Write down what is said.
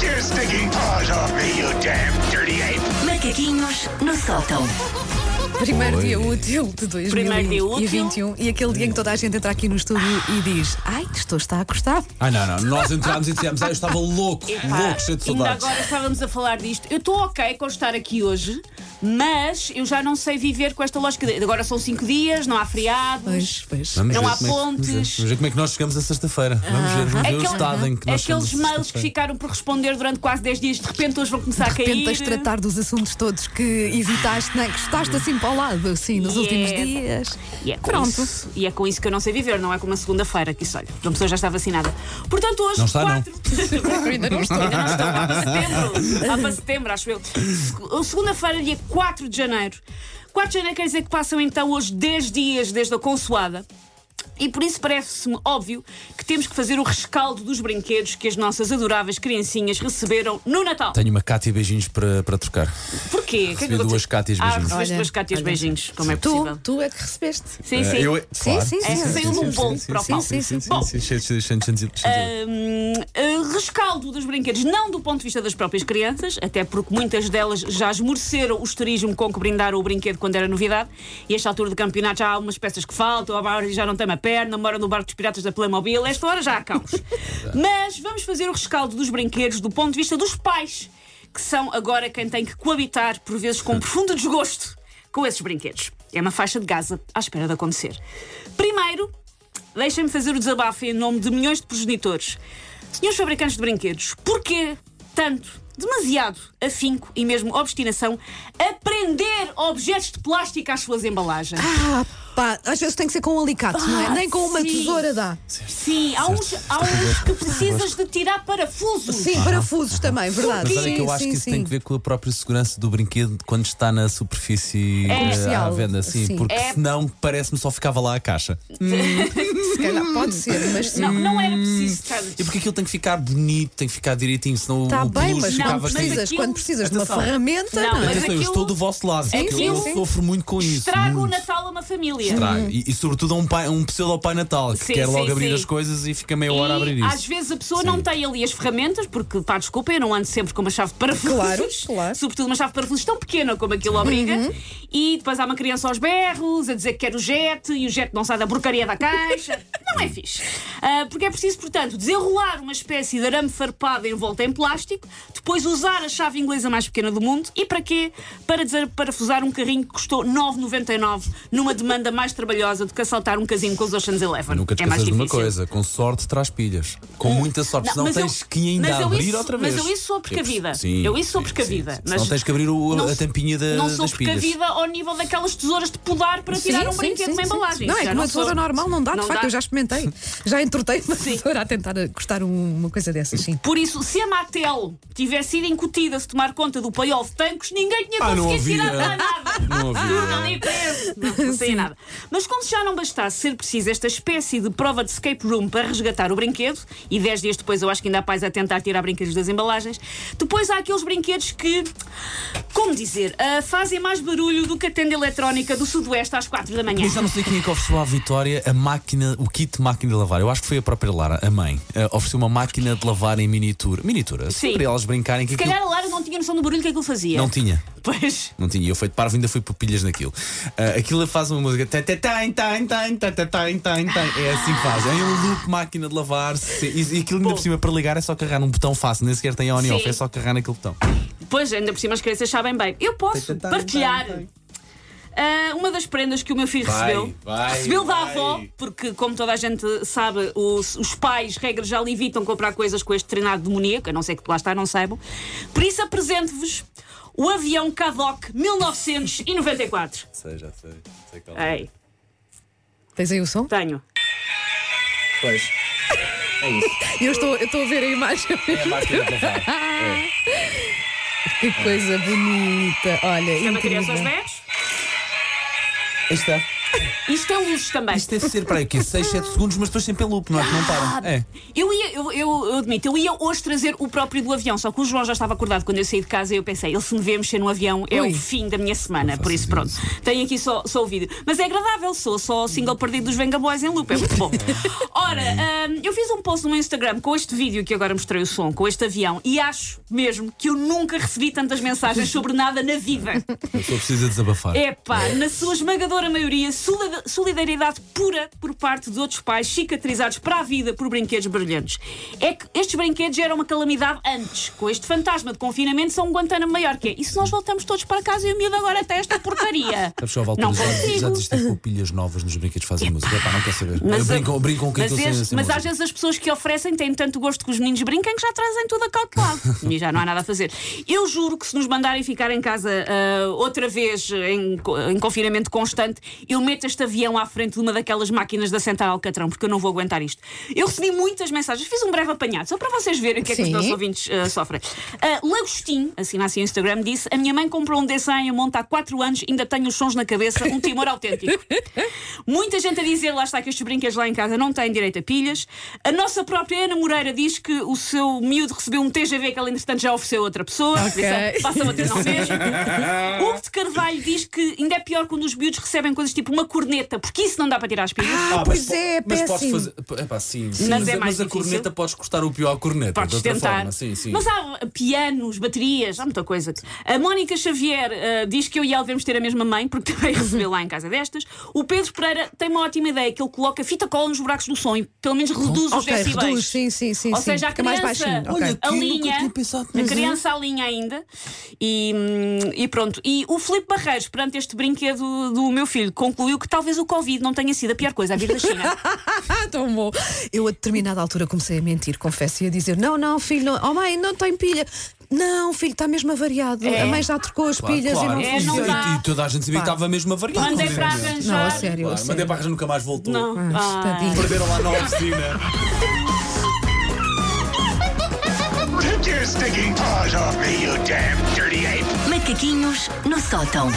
fucking paws off me, you damn dirty ape! Macaquinhos no sótão. Primeiro Oi. dia útil de 2021 Primeiro dia útil. e aquele dia em que toda a gente entra aqui no estúdio e diz Ai, estou está a gostar. Ah, não, não. Nós entramos e dissemos, ah, eu estava louco, Epá, louco, cheio de Ainda saudades. agora estávamos a falar disto. Eu estou ok com estar aqui hoje, mas eu já não sei viver com esta lógica. de- Agora são cinco dias, não há feriados. Pois, pois. Não há como é que- vamos ver. pontes. Vamos ver como é que nós chegamos a sexta-feira. Vamos ver, vamos ver o estado em que nós chegamos aqueles a mails que sexta-feira. ficaram por responder durante quase 10 dias, de repente hoje vão começar De repente a tens de cair. tratar dos assuntos todos que evitaste, não é? que estás assim para o lado, assim, nos Yeah. últimos dias. E é, com Pronto. Isso, e é com isso que eu não sei viver, não é com uma segunda-feira que isso, olha, uma pessoa já está vacinada. Portanto, hoje, Não está, não. quatro. ainda não estou, ainda não estou. Vá para setembro, Vá para setembro, acho eu. Segu- Segunda-feira, dia 4 de janeiro. 4 de janeiro quer dizer que passam então hoje 10 dias desde a consoada. E por isso parece-me óbvio que temos que fazer o rescaldo dos brinquedos que as nossas adoráveis criancinhas receberam no Natal. Tenho uma Cátia e beijinhos para, para trocar. Porquê? O que é que Recebi duas aconteceu? cátias Ah, beijinhos. recebeste Olha, duas cátias olha. beijinhos, como é Tu, possível. tu é que recebeste. Sim, sim. Eh, eu- claro. sim, sim. É, saiu de um bolo para o pau. sim, sim. Bom. Eh, sim, cheio de- cheio de- cheio de- cheio de- cheio de- Hum, eh, rescaldo dos brinquedos, não do ponto de vista das próprias crianças, até porque muitas delas já esmoreceram o esterismo com que brindaram o brinquedo quando era novidade, e a esta altura do campeonato já há umas peças que faltam, a Barbie já não tem uma perna, mora no barco dos piratas da Playmobil, esta hora já há caos. Mas vamos fazer o rescaldo dos brinquedos do ponto de vista dos pais, que são agora quem tem que coabitar, por vezes com profundo desgosto, com esses brinquedos. É uma faixa de Gaza à espera de acontecer. Primeiro, Deixem-me fazer o desabafo em nome de milhões de progenitores. Senhores fabricantes de brinquedos, porquê tanto, demasiado afinco e mesmo obstinação a prender objetos de plástico às suas embalagens? Ah, pá, às vezes tem que ser com um alicate, não é? Ah, Nem com uma sim. tesoura dá. Sim, Sim, há uns, há uns que precisas de tirar parafusos. parafusos também, verdade. Mas olha sim, que eu acho sim, que isso sim. tem que ver com a própria segurança do brinquedo quando está na superfície eh, à Comercial, venda, sim, sim. porque É. senão parece-me só ficava lá a caixa. Se calhar pode ser, mas sim. Não, não era preciso tanto. E porque aquilo tem que ficar bonito, tem que ficar direitinho, senão Está o tá bem, mas peluche quando não, ficava Tá mas assim. precisas, aquilo- quando precisas de uma Atenção. ferramenta, Não, não é? mas Atenção, eu aquilo- estou do vosso lado. Aquilo- porque eu sim. sofro muito com isso. Estraga o muito. Natal a uma família. Estrago. E, e sobretudo a um, pai, a um pseudo pai Natal que Sim, quer sim, logo abrir sim. as coisas e fica meia hora a abrir E, isso. Às vezes a pessoa não tem ali as ferramentas, porque, pá, desculpa, eu não ando sempre com uma chave de parafusos. Claro, claro. Uhum. Sobretudo uma chave de parafusos tão pequena como aquilo obriga. E depois há uma criança aos berros a dizer que quer o jet e o jet não sai da porcaria da caixa. não é fixe. Ah, porque é preciso, portanto, desenrolar uma espécie de arame farpado envolta em plástico, depois usar a chave inglesa mais pequena do mundo. E para quê? Para desaparafusar um carrinho que custou 9,99 numa demanda mais trabalhosa do que assaltar um casinho com os Ocean's Eleven. Ah, Nunca te é mais esqueças de uma difícil. Hum. coisa, com sorte traz pilhas. Com muita sorte, Não, senão mas eu- tens que ainda mas eu abrir isso- outra vez. É mas eu isso sou precavida. Eu perce- Eu isso sou precavida, mas Senão tens que abrir o- não a sou- tampinha da, não sou das pilhas. precavida ao nível daquelas tesouras de podar para tirar um brinquedo de uma embalagem. Não, é Já que uma sou- tesoura normal não dá, de facto, eu já experimentei. Já entortei uma Sim. tesoura a tentar cortar um- uma coisa dessas, sim. Por isso, se a Matel tivesse sido incutida a se tomar conta do payoff de tanques, ninguém tinha Ah, não conseguido tirar havia. lá nada. Não havia. Tudo ali preso. Não, não saía nada. Mas como se já não bastasse ser preciso esta espécie de prova de escape room para resgatar o brinquedo, e 10 dias depois eu acho que ainda há pais a tentar tirar brinquedos das embalagens, depois há aqueles brinquedos que, como dizer, ah, fazem mais barulho do que a tenda eletrónica do Sudoeste às 4 da manhã. Eu já não sei quem é que ofereceu à Vitória a máquina, o kit de máquina de lavar. Eu acho que foi a própria Lara, a mãe. eh, ofereceu uma máquina de lavar em miniatura. Miniatura, assim, Sim. para elas brincarem que Se aquilo calhar é. a Lara não tinha noção do barulho que aquilo fazia. não tinha. Pois. Não tinha, eu fui de parvo, ainda fui pupilhas naquilo. Ah, aquilo faz uma música. tá, tá, tá, tá, tá, tá, tá, tá, tá, tá. É assim que faz. É um loop máquina de lavar. se- E, e aquilo ainda Bom. por cima para ligar é só carregar num botão fácil, nem sequer tem on e Sim. off, é só carregar naquele botão. Pois, ainda por cima as crianças sabem bem. Eu posso Tem, tem, tem, partilhar tem, tem. ah, uma das prendas que o meu filho Vai, recebeu. vai, recebeu da vai. avó, porque, como toda a gente sabe, os, os pais, regra, já lhe evitam comprar coisas com este treinado demoníaco, a não ser que lá está, não saibam. Por isso, apresento-vos o avião Cadoc 1994. Sei, já sei. sei qual é. Ei, Tens aí o som? tenho. Pois, Eu estou, eu estou a ver a imagem. é a máquina de lavar. É. Que coisa bonita. Olha, É uma criança aos incrível. berros. Aí está. Isto é um luxo também. Isto deve ser para aí o quê? 6, 7 segundos, mas depois sempre em loop, não é? Que não para. É. Eu ia, eu, eu- eu admito, eu ia hoje trazer o próprio do avião, só que o João já estava acordado quando eu saí de casa e eu pensei, ele se me vê mexer no avião é Ui. o fim da minha semana, por isso isso. pronto. Tenho aqui só, só o vídeo. Mas é agradável, sou só o single perdido dos Venga Boys em loop, é muito bom. Ora, hum, eu fiz um post no meu Instagram com este vídeo que agora mostrei o som, com este avião, e acho mesmo que eu nunca recebi tantas mensagens sobre nada na vida. A pessoa precisa desabafar. Epá, na sua esmagadora maioria, solida- solidariedade pura por parte de outros pais cicatrizados para a vida por brinquedos brilhantes. É que estes brinquedos eram uma calamidade antes. Com este fantasma de confinamento, são um Guantánamo maior que é. E se nós voltamos todos para casa e o miúdo agora até esta porcaria? A pessoa volta Não a dizer, já, já consigo. desistem com pilhas novas nos brinquedos que fazem música. Epá, não quer saber. Mas, eh, brincam, brincam com é quem mas, estou sem, este- sem mas música. às vezes as pessoas que oferecem têm tanto gosto que os meninos brinquem que já trazem tudo acalculado. e já não há nada a fazer. Eu juro que se nos mandarem ficar em casa ah, outra vez em, co- em confinamento constante, eu meto este avião à frente de uma daquelas máquinas da Central Alcatrão, porque eu não vou aguentar isto. Eu recebi muitas mensagens, fiz um breve apanhado, só para vocês verem o que é que os Sim. meus ouvintes ah, sofrem. Ah, Lagostinho, assina assim o Instagram, disse: A minha mãe comprou um desenho, monta há 4 anos, ainda tenho os sons na cabeça, um timor autêntico. Muita gente a dizer, lá está, que estes brinquedos lá em casa não têm direito a pilhas. A nossa própria Ana Moreira diz que o seu miúdo recebeu um TGV que ela, entretanto, já ofereceu a outra pessoa. Ok. Disse, Passa a ter não mesmo. Hugo de Carvalho diz que ainda é pior quando os miúdos recebem coisas tipo uma corneta, porque isso não dá para tirar as pilhas. Ah, pois po- é, é mas podes péssimo. fazer. p- epá, sim, sim, assim. Mas mas, é a- mais mas a difícil. corneta podes cortar o pior à corneta. Podes de outra tentar. forma, sim, sim. Mas há uh, pianos, baterias, há muita coisa. A Mónica Xavier uh, diz que eu e ela devemos ter a mesma mãe, porque também recebeu lá em casa destas. O Pedro Pereira tem uma ótima ideia, que ele coloca fita cola nos buracos do som e pelo menos reduz os Ok, decibéis. reduz, sim, sim, sim, Ou sim. seja, a Fica mais criança baixinho, ok. Olha, que eu nunca alinha, tinha pensado a nisso. criança alinha ainda. E, hum, e pronto. E o Filipe Barreiros, perante este brinquedo do meu filho, concluiu que talvez o Covid não tenha sido a pior coisa a vir da China. Ah, tão bom. Eu a determinada altura comecei a mentir, confesso, e a dizer: não, não, filho, não, oh mãe, não tem pilha. Não, filho, está mesmo avariado. A mãe já trocou as Claro, pilhas claro. e não É, não funciona. dá. E, e toda a gente sabia que Pá. estava mesmo a variar. Mandei para Não, a arranjar. sério. a Claro, mandei sério. para arranjar nunca mais voltou. Não. Ah, Ah. tadinho. Perderam lá na oficina. Take your stinking paws off me, you damn dirty ape! Macaquinhos no sótão.